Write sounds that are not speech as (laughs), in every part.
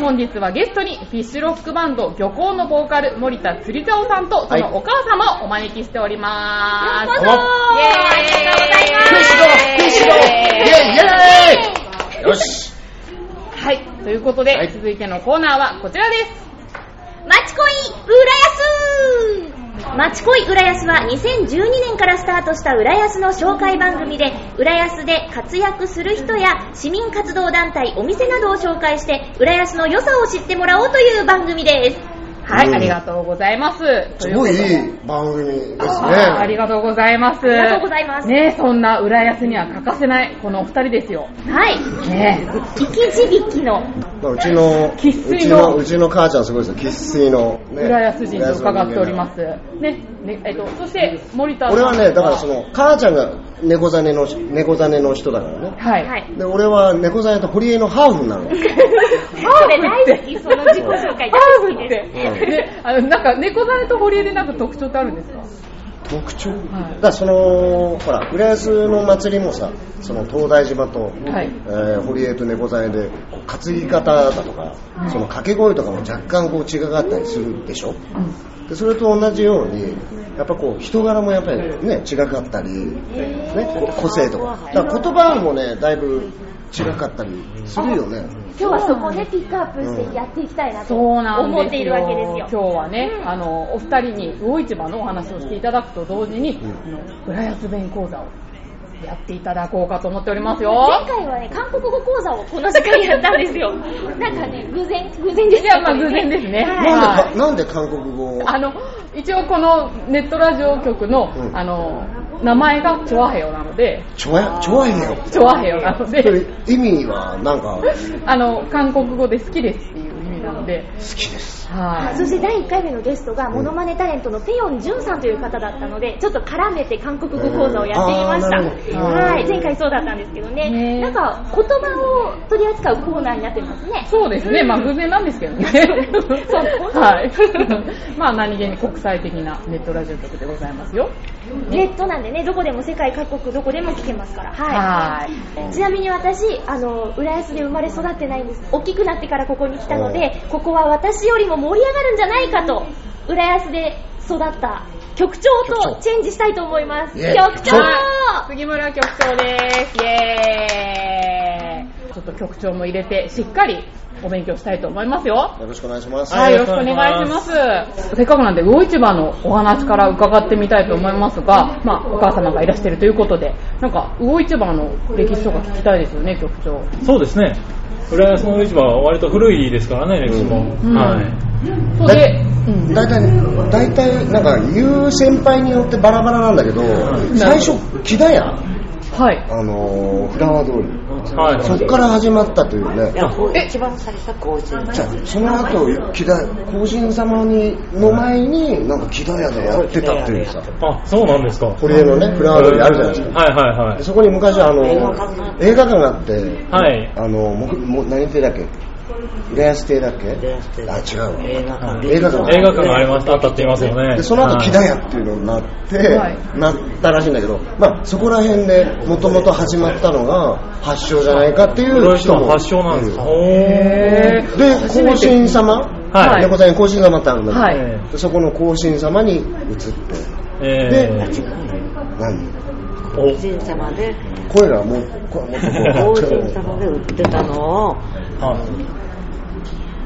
本日はゲストにフィッシュロックバンド漁港のボーカル森田釣り竿さんとそのお母様をお招きしております。どうぞどうもあフィッりシュがドとうございますフィッシュドイェイイェイよしはい、ということで、はい続いてのコーナーはこちらです。マチコイ浦安マチコイ浦安は2012年からスタートした浦安の紹介番組で浦安で活躍する人や市民活動団体お店などを紹介して浦安の良さを知ってもらおうという番組ですはい、うんありがとうございます。すごいとうこといでい番組ですね。あーありがとうございます。ありがとうございますねえそんな浦安には欠かせない、このお二人ですよ。はいね生き字引のまあうちの、生う粋ちのの、うちの母ちゃんすごいですよ。生粋の。え、ね。浦安人と伺っておりますす。ね、ねえっと、そして、森田さん。俺はね、だからそ、の、母ちゃんが猫ザネの、猫ザネの人だからね。はい。はいで、俺は猫ザネと堀江のハーフなの。それ大好きその自己紹介大ハ好ーきブっですて、ね、あの、なんか、猫ザネと堀江でなんか特徴ってあるんですか特徴はいだからその、ほら、浦安の祭りもさ、その東大島と、はいえー堀江と猫ザネで、こう担ぎ方だとか、その掛け声とかも若干こう違かったりするでしょでそれと同じようにやっぱこう人柄もやっぱりね違かったり、ね、個性とかだから言葉もねだいぶ違かったりするよね今日はそこをねピックアップしてやっていきたいなとそうなんですよ思っているわけですよ今日はね、あのお二人に魚市場のお話をしていただくと同時に、うんあの浦安弁講座をやっていただこうかと思っておりますよ。前回はね、韓国語講座をこの時間やったんですよ。なんかね、偶然、偶然ですいやまあ偶然ですねはいなんではかなんで韓国語をあの一応このネットラジオ局の、うんあの名前がチョアヘヨなので、ちょやちょわへんよチョアヘヨ (laughs) なのそれで、意味はなんか好あの韓国語で好きですっていう意味なので、きですはそい。して第1回目のゲストが、モノマネタレントのペヨンジュンさんという方だったので、ちょっと絡めて韓国語講座をやってみましあーなるほた。どはい、前回そうだったんですけどね。ねなんか、言葉を取り扱うコーナーになってますね。そうですね、まあ偶然なんですけどね。そうはい。 (laughs) まあ何気に国際的なネットラジオ局でございますよ。ネットなんでね、どこでも世界各国どこでも聞けますから。はちなみに私、あの、浦安で生まれ育ってないんです。大きくなってからここに来たので、ここは私よりも盛り上がるんじゃないかと、浦安で育った局長局と長チェンジしたいと思います。イ局エイ長杉村局長です。イエーイ。ちょっと局長も入れて、しっかりお勉強したいと思いますよ。よろしくお願いしますはい、よろしくお願いします。せっかくなんで、魚市場のお話から伺ってみたいと思いますが、まあ、お母様がいらしてるということで、なんか、魚市場の歴史とか聞きたいですよね、局長。そうですね。浦安の市場は割と古いですからね、歴史うも。んはい。それで、うん。大体、大体、なんか、言う先輩によってバラバラなんだけど、最初、木田屋、はい。あのー、フラワー通り、はい。そこから始まったというね。え一番最初更新じゃあその後、木田、皇神様に、の前に、なんか木田屋でやってたっていうさ、あ、そうなんですか。堀江のね、フラワー通りあるじゃないですか。はいはいはでそこに昔、あのー、映画館があって、い。はい。あのー、もくも何亭だっけ浦安亭だっけあ、違うわ。映映画画館館。映画館がありました、あったって言いますよね。でその後木田はい屋っていうのになって、はいなったらしいんだけど、まあ、そこら辺でもともと始まったのが発祥じゃないかっていう浦安人のも発祥なんですか。うへへーで後進様はい猫座に後進様ってあるんだけど、はいえでそこの後進様に移ってーえで何ーお王神様で、声がもうこもっとこ王う神様で売ってたのを、はい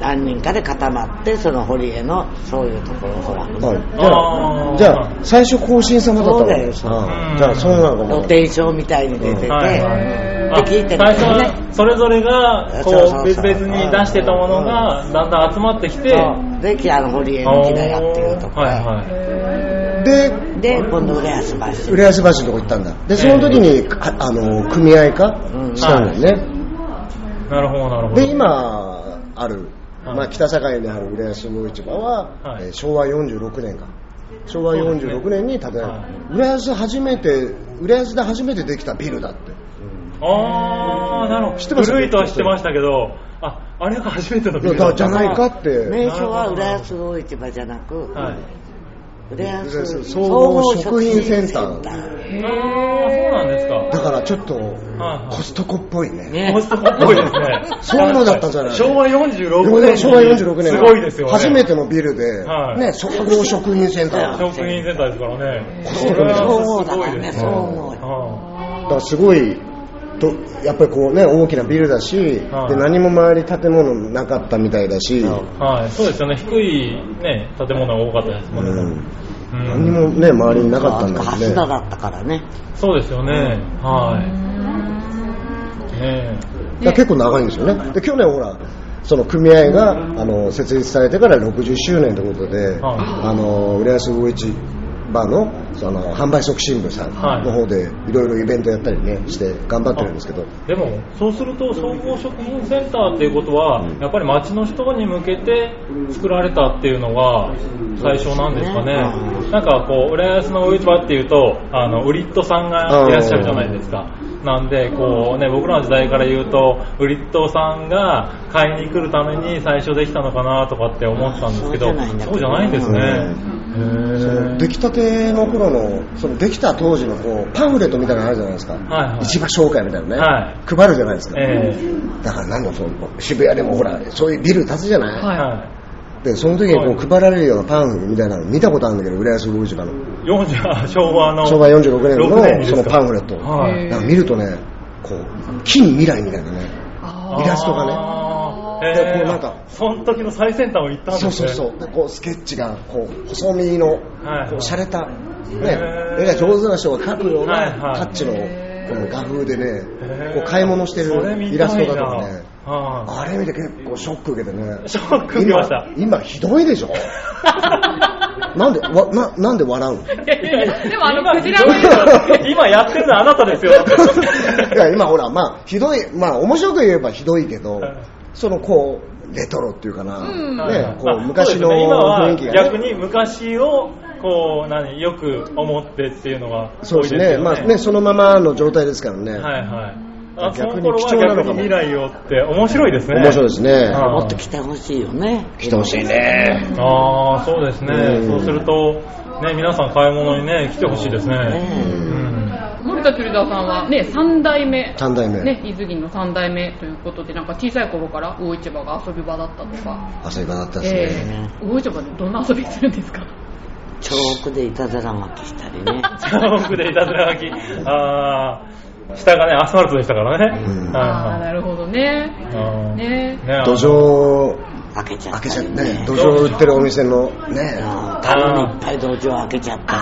何人かで固まって、その堀江の、そういうところをほら、はあーい、じゃあじゃあ最初後進様だったのそうだよあーじゃあそうなのか露も天商みたいに出てて、はいはいへあで聞いてみ最た初らね。はそれぞれがこそうそうそうう別々に出してたものがだんだん集まってきて、そうで、きあの堀江の木田屋っていうところへ、はいはい。でで、今度浦安橋。浦安橋のとこ行ったんだでその時に、ああの組合化うんしたんだよね、なるほどなるほど。で今ある、はいまあ、北堺にある浦安魚市場は、はいえー昭和46年か昭和46年に建てられはいた、浦安初めて浦安で初めてできたビルだってあー、なるほど。知ってました古いとは知ってましたけど、あ、あれが初めてのビルだだっじたゃないかって、名称は浦安魚市場じゃなく、はい。浦安総合食品センターー。あーそうなんでですか。だからちょっとはいコストコっぽいね。ねコストコっぽいですね。そんなのだったじゃない昭和46 4年。年昭和46年すごいですよね。初めてのビルで、はいね、総合食品センター。ショッピングセンターですからね。コストこコれでしょはそうすだごからいでね、すそうね。思うよ。はだからすごいとやっぱりこうね大きなビルだし、はいで何も周り建物なかったみたいだし、いはい、そうですよね。低いね、建物が多かったですもんうね。んう何ん。もね周りになかったんだ橋け田どねだったからね。そうですよね。はい。ねだから結構長いんですよねで去年ほらその組合が、あの設立されてから60周年ということで、はいあの浦安魚市場のその販売促進部さんはいの方でいろいろイベントやったりねして頑張ってるんですけど、でも、そうすると、総合食品センターっていうことは、やっぱり町の人に向けて作られたっていうのが最初なんですかね。なんかこう、浦安の市場っていうと、あの、ウリットさんがいらっしゃるじゃないですか。なんで、こうね、僕らの時代から言うと、ウリットさんが買いに来るために最初できたのかなとかって思ったんですけど、そうじゃないんですね。その出来たての頃のそのできた当時のこうパンフレットみたいなのあるじゃないですか、はいはい市場紹介みたいなのね、は配るじゃないですか、えだから何だその渋谷でもほらそういうビル建つじゃない、えはいはい。でその時にはこう配られるようなパンフみたいなの見たことあるんだけど浦安魚市場の40昭和の昭和46年の6年にですそかのパンフレットはへえい、なんか見るとねこう近未来みたいなねあイラストがねあーでえこー、うななんんかかその時の最先端を行ったんですそねうそうそうでこうスケッチがこう細身のはいこう洒落た、ねへー、絵が上手な人が描くようはいなはいタッチのこの画風でねへーこう買い物してそれる見たいなイラストだとかねはあれ見て結構ショック受けてねいショック受けました今今ひどいで (laughs) しょなんでわななんで笑うの (laughs) でもあの、クジラの今今やってるのはあなたですよいや今ほらまあひどいまあ面白く言えばひどいけどはいそのこうレトロっていうかな、はねいこうまあ昔のそうですね今は雰囲気が逆ねに昔をこう何よく思ってっていうのがそ多ういでですすよねねまあねそのままの状態ですからね、はいはいあその逆に頃は貴重なの逆かにも未来をって面白いですね面白いですねあーもっと来てほしいよね。来てほしいねああそうですね、うんそうすると、ね、皆さん買い物にね来てほしいですね、ねうん (laughs) (laughs) 森田釣沢さんはね、3代目。三代目、ね、伊豆銀の3代目ということで、なんか小さい頃から魚市場が遊び場だったとか、遊び場だったですえね、え魚市場でどんな遊びするんですか彫刻でいたずら巻きしたりね。奥でいたずら書き、あー下がね、アスファルトでしたからね。うんああ、はなるほどね。いはねいね土壌開けちゃっ開たけちゃってりねね。土壌売ってるお店のねあー棚にいっぱい道場開けちゃった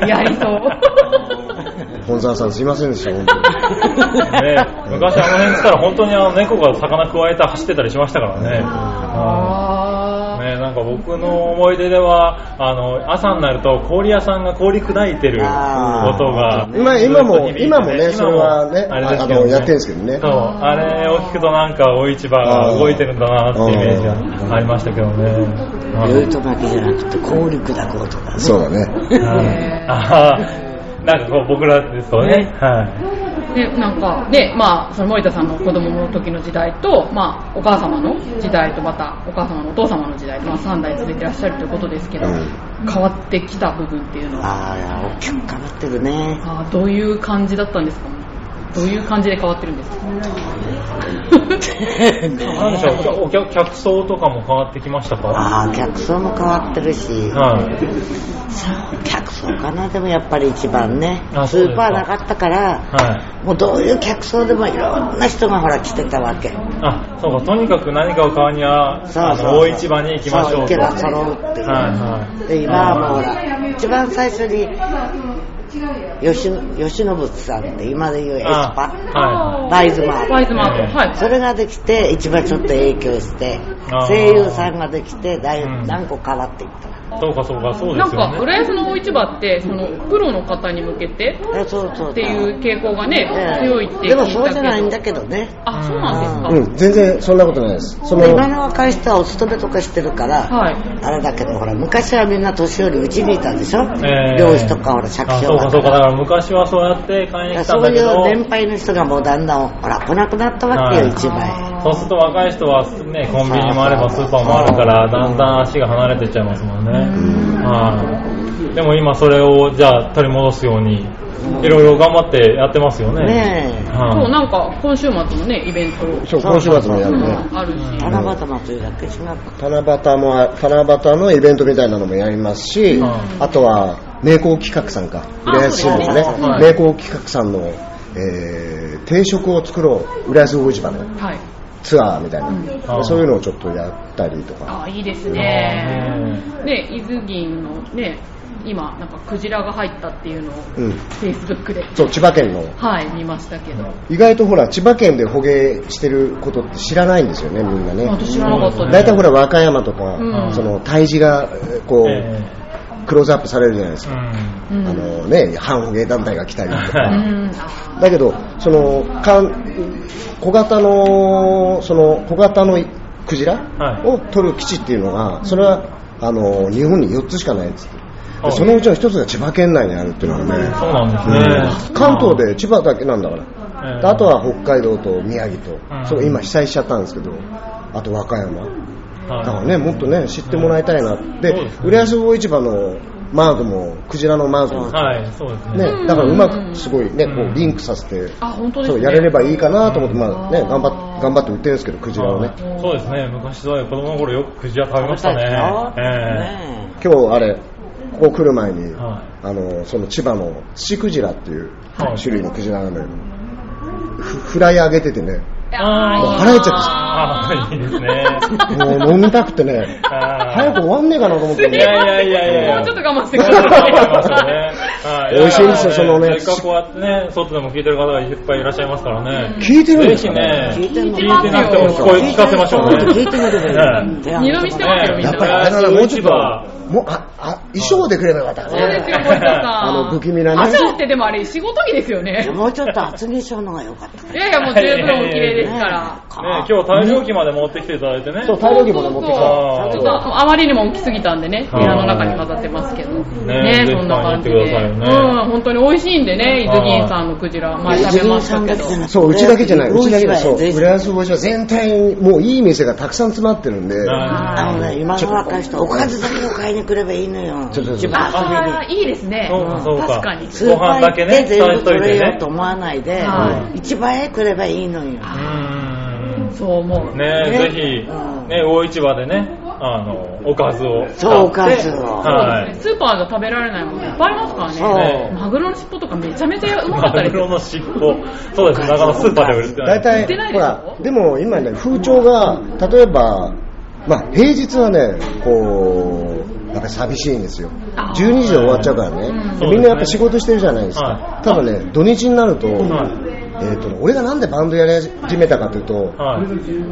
りね。やりそう。 (laughs) 本沢さんすいませんでした本当にね (laughs) 昔あの辺から本当にあの猫が魚くわえて走ってたりしましたからね。はいああ、ね、なんか僕の思い出ではあの朝になると氷屋さんが氷砕いてる音あーが、まあ今もずっと響いてて今もねそれはねあれですけどあのやってんですけどねそうあれを聞くとなんか大市場が動いてるんだなってイメージがありましたけどね、はい酔いと巻きじゃなくて氷砕こうとかね。そうだねねああ、なんかこう僕らですとね。はい。で、なんか、で、まあ、その森田さんの子供の時の時代と、まあ、お母様の時代と、また、お母様のお父様の時代、まあ、3代続いてらっしゃるということですけど、うん変わってきた部分っていうのは、ああ、いや大きく変わってるね。あーどういう感じだったんですかどういう感じで変わってるんですかなんでしょう、お客客層とかも変わってきましたかはああ、客層も変わってるし、い。客層かな、でもやっぱり一番ねあ、スそうでーすかパーなかったから、はい。もうどういう客層でもいろんな人がほら来てたわけ。あ、そうか、とにかく何かを買うには、そうそうあの大市場に行きましょそううと。行けばは揃うっていいう。はい。で今はもうほら一番最初に吉野吉信さんって今で言うエスパあバイズマワイーズマート、ええはい。それができて一番ちょっと影響してあー声優さんができてだいうん何個変わっていったはい。そうか、そうか、そうでなんすよか、ね。浦安の大市場って、その、プロの方に向けてえそうそうっていう傾向がね、強いって聞いたけでど。もそうじゃないんだけどねあ、そうなんうですうん全然そんなことないですその今の若い人はお勤めとかしてるから、か。はい。あれだけどほら昔はみんな年寄りうちにいたでしょ、えー漁師とかほら借あ、金そうをか、そうか、だから昔はそうやって買いに来たそんうだいけうど、年配の人がもうだんだんほら来なくなったわけよ、はい一枚。そうすると若い人はね、コンビニもあればスーパーもあるから、だんだん足が離れていっちゃいますもんね。はい。でも今それを、じゃあ取り戻すように、いろいろ頑張ってやってますよね。ねえはいそう、なんか今週末もね、イベントそう、今週末もやるね。あるし、七夕祭りだっけ違うか七夕もあ、七夕のイベントみたいなのもやりますし、うんあとは、名工企画さんか、あ浦安市のね、そうですねはい名工企画さんの、えー定食を作ろう、浦安魚市場のはい。ツアーみたいな、うんまあそういうのをちょっとやったりとか、あ、いいですねね。ね、伊豆銀のね、今、なんかクジラが入ったっていうのを、うん、フェイスブックで、そう、千葉県の、はい、見ましたけど。意外とほら、千葉県で捕鯨してることって知らないんですよね、みんなね。私知らなかったうんで大す。体ほら、和歌山とか、うんその、胎児が、えーこう、えクローズアップされるじゃないですえうか。んうんあのね、反捕鯨団体が来たりとかう。ん、あだけど、その、かん小型の、その、小型のクジラ、はいを取る基地っていうのが、それは、あの、日本に4つしかないんですってであそのうちの1つが千葉県内にあるっていうのがね、そうなんですね。関東で千葉だけなんだから。ええであとは北海道と宮城と、うんそう今被災しちゃったんですけど、あと和歌山。だからはいね、もっとね、知ってもらいたいな。でそうです、ね浦安魚市場のマークも、クジラのマークも、はい、そうですね。ね、だからうまくすごいね、うんこうリンクさせて、あ本当ですそねうやれればいいかなと思って、まあね、うん頑張って、頑張って売ってるんですけど、クジラをね。はいそうですね、昔は子供の頃よくクジラ食べましたね。えね今日あれ、ここ来る前に、えはあの、その千葉の土クジラっていうはい種類のクジラなんだけど、ふフライ揚げててね、もい。うあ腹減っちあ、ゃああ、いいですね。ってさ、もう飲みたくてね、 (laughs) あ早く終わんねえかなと思っていやいね。やいやいや。もうちょっと我慢してちくょっだと頑さ張りましたい。ね (laughs) は美味しいですよそのねせっかくこうやってね、外でも聞いてる方がいっぱいいらっしゃいますからね。聞いてるんぜですひかね、聞いてんの聞いてなくても聞こえ聞かせましょうね。聞いてみればいいのはにね二度見してますよ、みんやな。っぱりあれだな、もうちょっと、もう、あ、あ、衣装でくればよかったそうでね。すよ、森田さん。あの、不気味なね。朝ってでもあれ仕事着ですよね。もうちょっと厚化粧の方が良かったいやいや、もう十分お綺麗ですから。ね、今日退場期まで持ってきていただいてね。そう、大量にもね持ってきた。あーちょっとあまりにも大きすぎたんでね、部屋の中に飾ってますけど。ねねそんな感じで。ぜひ買いに行ってくださいよねうん、本当に美味しいんでね、伊豆銀さんのクジラ。前食べましたけど。そう、うちだけじゃない、うちだけじゃない、そう、全浦安魚市場全体に、もういい店がたくさん詰まってるんで、はいあのね、今の若い人、おかずだけを買いに来ればいいのよ。ちょっと一番遊びあに。あ、いいですね。そうかそうか確かに。スーパー行って全部取れようと思わないでは、一番へ来ればいいのよ。うーんそう思う。ねねぜひ、うんね、大市場でね、あの、おかずを買って。そう、おかずを。そうはでい。すね。スーパーが食べられないものいっぱいありますからそうね。ねマグロの尻尾とかめちゃめちゃうまかマったでグすロよ。の尻尾。そうですね、なかなかスーパーで売れてない。大体売ってな、いほでしょら、でも今ね、風潮が、例えば、まあ、平日はね、こう、やっぱり寂しいんですよ。あー12時で終わっちゃうからうんね。そうですねみんなやっぱ仕事してるじゃないですはか。ただね、土日になると、えはいっとね、俺がなんでバンドやり始めたかというと、はい。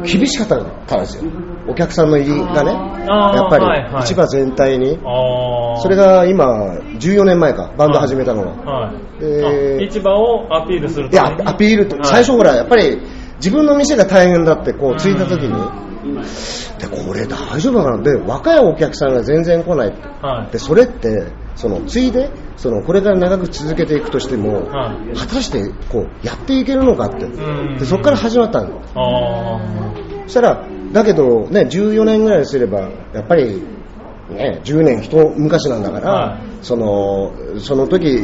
厳しかったからですよ。お客さんの入りがね、あーやっはいぱはいり市場全体に。あーそれ、が今、14年前か、バンド始めたのが。はい。えーあ市場をアピールするいたやめに、アピールって、はい最初ほら、やっぱり自分の店が大変だって、こう、ついた時に、で、これ大丈夫かなで、若いお客さんが全然来ないって。はで、それって、その、ついで、その、これから長く続けていくとしても、はい果たして、こう、やっていけるのかって。んで、そこから始まったの。い。あそしたら、だけど、ね、14年ぐらいすれば、やっぱり、ね、10年一昔なんだから、はいその、その時、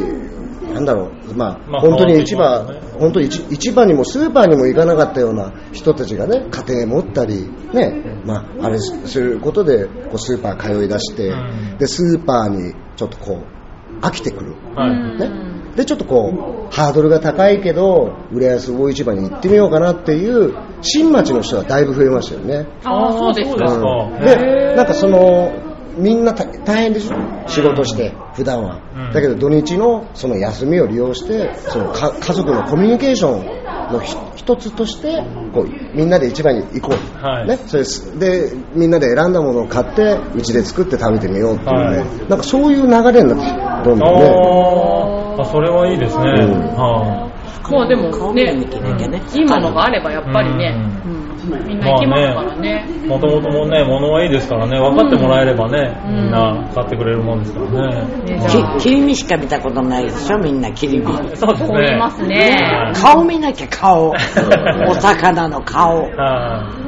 なんだろう、まあ、まあ本当に市変わ場、ってきますね本当に市市場にもスーパーにも行かなかったような人たちがね、家庭持ったり、ね、まあ、あれすることで、こうスーパー通い出して、うんで、スーパーにちょっとこう、飽きてくる。ーはい。ね、でちょっとこうハードルが高いけど浦安魚市場に行ってみようかなっていう新町の人はだいぶ増えましたよね、ああ、そうですそうでか。すかうんへでなんかそのみんなた大変でしょ仕事して普段は、うんだけど土日のその休みを利用してそのか家族のコミュニケーションのひ一つとしてこうみんなで市場に行こう、はいね、それすでみんなで選んだものを買ってうちで作って食べてみようっていうね、はいなんかそういう流れになってどんどんねあーあ、それはいいですね。うんはまあでも顔見ねに行、けなきゃね。いいものがあればやっぱりね、ううんみんな行きますからね。いもともともね、物はいいですからね、分かってもらえればね、うんみんな買ってくれるもんですからね。ねじゃあき、霧にしか見たことないでしょ、みんな霧に。そうですこうね。言いますね。顔見なきゃ (laughs) 顔。お魚の顔。かに確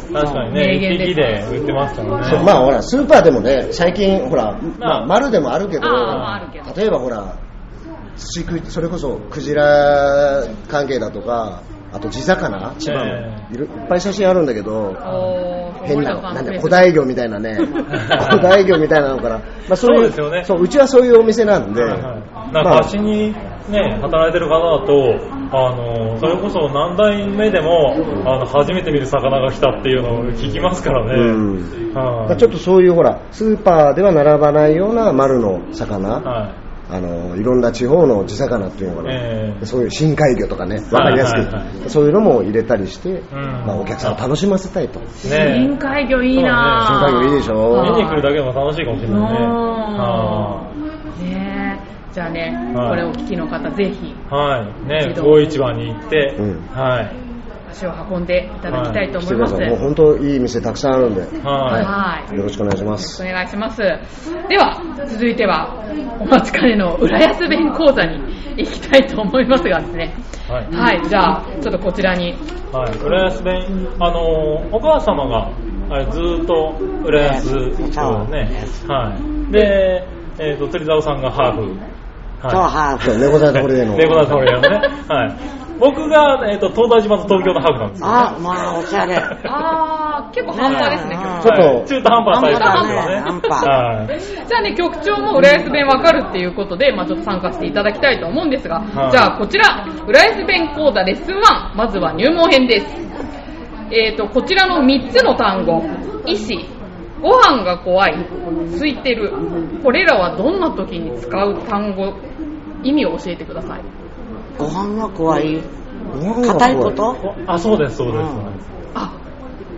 確かに名ね、言一です匹で売ってますからね。そうまあほら、スーパーでもね、最近ほら、まあ、丸でもあるけどあーまああるけど、例えばほら、土くそれこそクジラ関係だとかあと地魚千葉のえいろいっぱい写真あるんだけどおー変なの森田さなんだフェよイス古代魚みたいなね古代魚みたいなのから、まあ、そうそういうですよねそううちはそういうお店なんで、はいなんか足にね、働いてる方だと、あの、それこそ何代目でも、あの、初めて見る魚が来たっていうのを聞きますからうね。んはいまあちょっとそういうほらスーパーでは並ばないような丸の魚、はい。あのいろんな地方の地魚っていうのかな、ええそういう深海魚とかね分かりやすく、はいはいはそういうのも入れたりして、うんまあ、お客さんを楽しませたいと深ね海魚いいなそうね深海魚いいでしょあー見に来るだけでも楽しいかもしれないね。はうんねえじゃあね、はいこれをお聞きの方ぜひいはい。ね一、度魚市場に行って、うんはい。足を運んでいただきたいと思来ていくまだす、さはいい、もよう本当いい店たくさんあるんで、はよろしくお願いしまろしくすお願いしますでは続いてはお待ちかねの浦安弁講座に行きたいと思いますがですねい。はい。はいじゃあちょっとこちらにはい。浦安弁、あの、お母様が、あれ、ずーっと浦安をね、はい。で、えっ、と、釣り竿さんがハーフ。とはい。ハーそうフ。猫背のところでの猫田沙織のね。はい。僕が、えっ、と、東大島と東京のハーフなんですよ。あ、まあ、おしゃれ。 (laughs) あー結構半端ですねねえ今日ちょっとはい中途半端なサイズなんですよね。半端だね (laughs) はい。じゃあね、局長も浦安弁わかるっていうことで、まあちょっと参加していただきたいと思うんですが、はいじゃあこちら、浦安弁講座レッスン1、まずは入門編です。えーと、こちらの3つの単語、医師、ご飯が怖い、空いてる、これらはどんな時に使う単語、意味を教えてください。ご飯が怖い。うん硬いことあ、そうです、そうです。あ、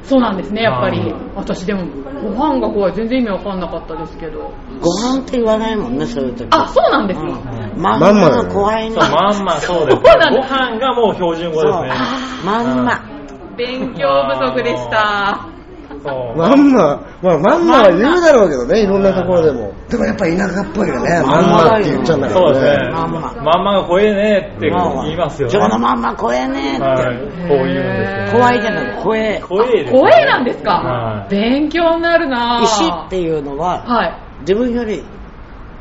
そうなんですね、やっぱりあ。私でも、ご飯が怖い、全然意味わかんなかったですけど。ご飯って言わないもんね、そういう時。あ、そうなんですうね。んまんまが怖いそう、ね。まんま、そうです。そうごなんだ飯がもう標準語そでうすね。まんま。勉強不足でした。そうまんま、まあ、まんまは言うだろうけどね、いろんなところでも。でもやっぱ田舎っぽいよね、まんまって言っちゃうんだかそうですね。らね。ままんんままが怖えねって言いますよね。ちょうどまんま怖えねっはいて。。こう言うんですよ。怖いじゃない、怖え。怖えです、怖えなんですかは。い勉強になるなぁ。石っていうのは、はい。自分より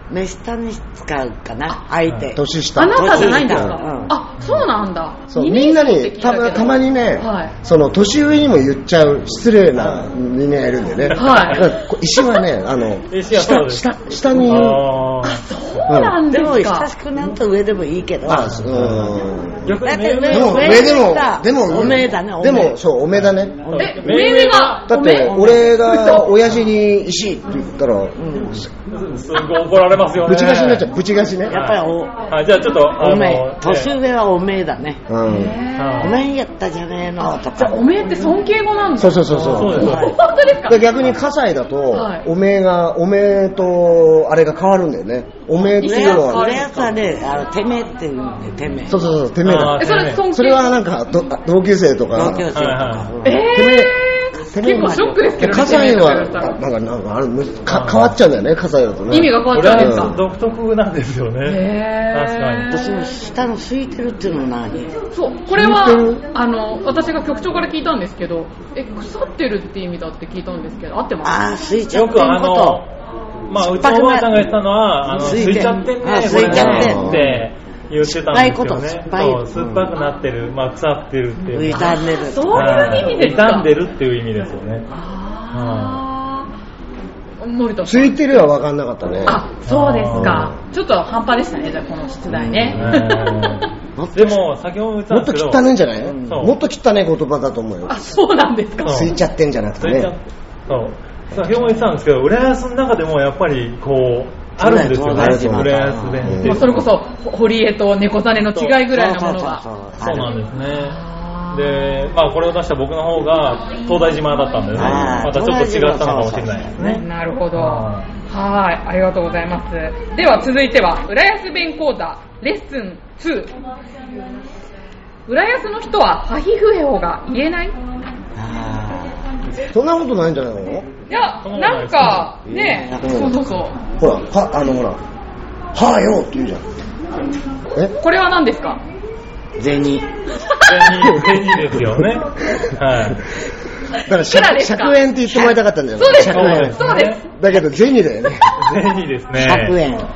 目下に使うかな、相手。年下。あなたじゃないんですかうん。あ、そうなんだ。そう二み年んな生って聞にいたけどまたまにね、はいその年上にも言っちゃう失礼な人間がいるんでね、はいだからこう石はね、あの石はそう下です下下に言う、あーそうなんでですも、か親。しくなると上でもいいけど。あそううん逆だっにて目上で上も上上でもが、でも、おめえだね、おめえでも、そう、おめえだね。そうえ、目上が、だっごて、めん俺が親父に石って言ったら、すごい怒られますよね。ぶちがしになっちゃう、ぶちがしね。やっぱりお、はい、じゃあちょっと、あおの、めねえ、年上はおめえだね。うん。えはおいめえやったじゃねえのとじゃかあ、。おめえって尊敬語なんだ。そうそうそうそう。そうですそうです本当ですかで逆に火災だと、はいおめえが、おめえと、あれが変わるんだよね。おめえって上いうのは、は、俺やつはね、あの、てめえって言うんで、てめえ。そうそうそう、てめえだあえ、それ尊敬それはなんか、ど同級生とか同、級生とか。はうんえーて結めえ構ショックですけどね。火災は、てめえとか言われたならんか、なんかあれ、むか変わっちゃうんだよね、火災だとね。意味が変わっこちれゃうんですはか。独特なんですよね。へー確かに。私の下の空いてるっていうのは何そう、これは聞いて、あの、私が局長から聞いたんですけど、え、腐ってるって意味だって聞いたんですけど、合ってますああ、空いちゃよってるこくあのと。、まあ、うちのおばあちゃんが言ってたのは、あの、つい吸てんいちゃってんね、あこれついねちゃってんって言ってたんですよね。酸っぱいことそう、酸酸っっぱぱいくなってる、まあ、腐ってるっていう。傷んでる。そういう意味ですか。傷んでるっていう意味ですよね。あー森田さつん。いてるは分かんなかったね。あ、そうですか。ちょっと半端でしたね、じゃあこの出題ね。 (laughs) うんでも、先ほど言ってたもんっでとすけど、汚ねえんじゃないんもっと汚ねえ言葉だと思うよ (laughs) あ、。そうなんですか。ついちゃってんじゃなくてそういったね。そう先ほども言ってたんですけど浦安の中でもやっぱりこうあるんですそよねうなんですよ浦安弁っていうまあ、それこそ、堀江と猫種の違いぐらいのそもうのそうが。そうそうなんですねあで、まあ、これを出した僕の方が東大島だったんでねはいまたちょっと違ったのかもしれないですねなるほど。は、はいありがとうございます。では続いては、浦安弁講座、レッスン2。浦安の人は、ハヒフヘホが言えないあそんなことないんじゃないのいや、なんか、ね、うんそうそうそう。ほら、は、あのほら、はあよって言うじゃん。えこれは何ですかー銭。 (laughs) 全員全員ですよねはいだからいくら100ですか100円って言ってもらいたかったんだよね。そうです100円。そうです。だけど銭だよね。銭ですね。 100円。じゃ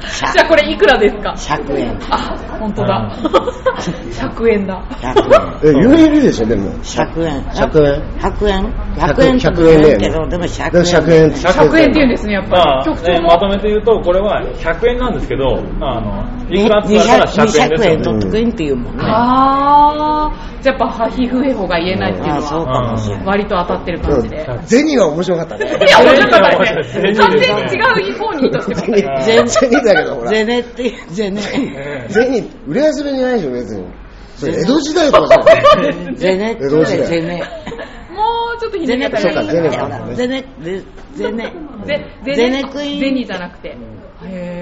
あこれいくらですか100円。あ、本当だ。100円だ。 100え、言えるでしょ、でも。 100円。 100円。 100円100 ?100 円って100円言だうけよね。ど、でも100円。でも100円って言ってる100円って言うんですね、やっまぱあり。局長ねまとも。めて言うと、これは100円なんですけど、あの、いくらって言われたら100円です200よ円ね。と得円って言うもんね。あー、じゃあやっぱ、ハヒフヘホが言えないっていうあそうのは、かもしれない。割と当たってる感じで。うん銭は面白かったね。いや、面白かったですね。銭完面全白いに違う方に意図してましたね。あ全銭だけどほらゼネって、ゼネ。え銭、売れ休みじゃないでしょ、別に。それ江戸時代とかじゃない。ゼネって言うね、ゼネ。もうちょっとひゼねネっクたイらいいーんンだだゼゼネよな。ゼネ、ゼネ。ゼネクイーンゼニじゃなくて。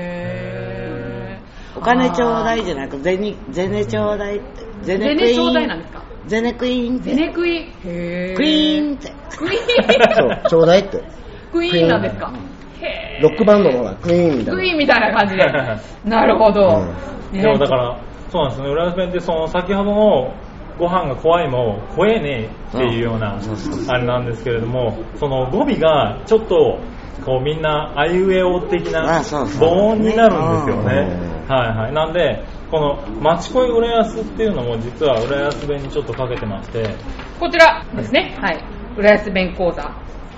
へー。お金ちょうだいじゃなく、ゼニ、ゼネちょうだいって。ゼゼネクイちょうだいなーんでン。すかゼネクイーンって。ゼネクイ。へー。クイーンって。クイーン。そう、ちょうだいって。クイーンなんですかへロックバンドのほら、クイーンみー。たクいイーンみたいな感じで。なるほど。えねでもだから、そうなんですね、浦安弁ってその先ほどのご飯が怖いも怖えねえっていうようなあれなんですけれども、その語尾がちょっとこうみんなあいうえお的あなそうそう母音になるんですよねう。はいはい。なんで、この町恋浦安っていうのも実は浦安弁にちょっとかけてまして、こちらですね、はい、浦安弁講座、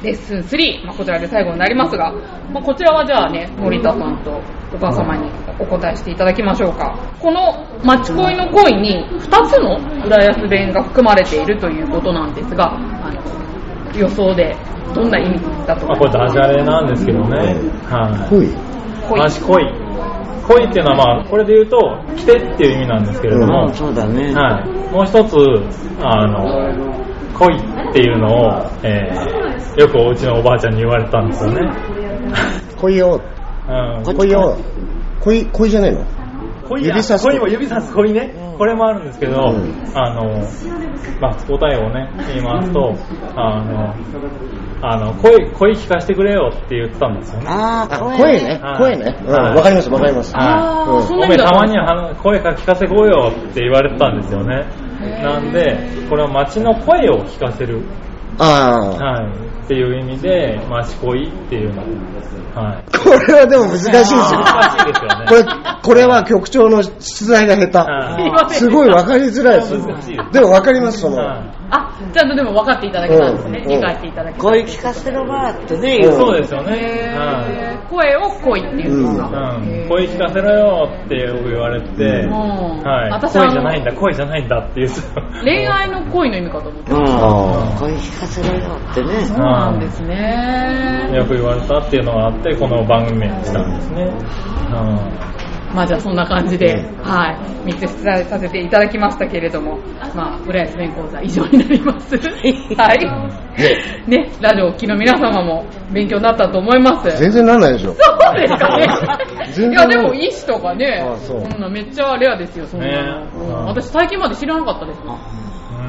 レッスン3、まあ、こちらで最後になりますが、まあ、こちらはじゃあね、森田さんとお母様にお答えしていただきましょうか。この町恋の恋に2つの浦安弁が含まれているということなんですが、あの予想でどんな意味だとま思いあこれダますジャレなんですけどね。な。はい。クイーン恋町恋。恋っていうのはまあ、これで言うと、来てっていう意味なんですけれども、うんそうだね。はい、もう一つ、あの、恋っていうのを、えーよくおうちのおばあちゃんに言われたんですよね。恋よ。うんこっち恋よ。恋、恋じゃないの恋や指さす恋も指さす恋ね、うんこれもあるんですけうど、んあの、まあ、答えをね、言いますと、あの、あの恋、恋聞かせてくれよって言ったんですよね。ああー、声声ね。はい声ね。うんはいわかります、わかります。はあーうんそおんな意め味だえたとまには声か聞かせこうよって言われてたんですよね。なんで、これは街の声を聞かせるああ。はい、っていう意味で、まあ、しこいっていうの (laughs) はい。これはでも難しいですよ。難しいですよね。これ、これは局長の出題が下はい手。すごいわかりづらいです難しいですでもわかります、その。はあ、ちゃんとでも分かっていただけたんですね。うん理解していただけた。声聞かせてろばーってね、い言うそうですよね。はへー声を恋っていうのいが。うん、声聞かせろよってよく言われて、うんはい、私声はじゃないんだ、声じゃないんだっていう。恋愛の恋の意味かと思ってうまん。あー声聞かせろよってす。ねそう。なんですね。 (laughs) よく言われたっていうのがあって、この番組名にしたんですね。うんまあじゃあそんな感じで、はい、3つ出題させていただきましたけれども、まあ、浦安弁講座以上になります。 (laughs) はい。ね、ラジオをお聞きの皆様も勉強になったと思います。全然ならないでしょ。そうですかね。 (laughs) 全然いや、でも、医師とかね、あそそうんなめっちゃレアですよ、そんねなの。うん私、最近まで知らなかったですもん。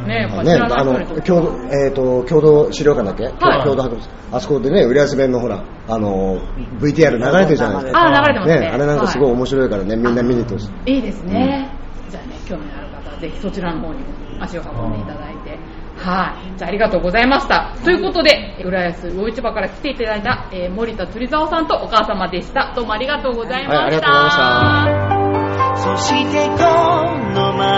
ね、やっぱ知ね、らなあいの人にとって共同,、えー、と共同資料館だっけ、はい共同博物館あそこでね、浦安弁のほら、あの VTR 流れてるじゃないですか、あ、流れてますね。ね、あれなんかすごい面白いからね、みんな見に行ってほしい。いいですね、じゃあね興味のある方はぜひそちらの方にも足を運んでいただいて、はいじゃあありがとうございましたということで浦安魚市場から来ていただいた、えー森田釣沢さんとお母様でしたどうもありがとうございました、はいありがとうございましたそしてこの街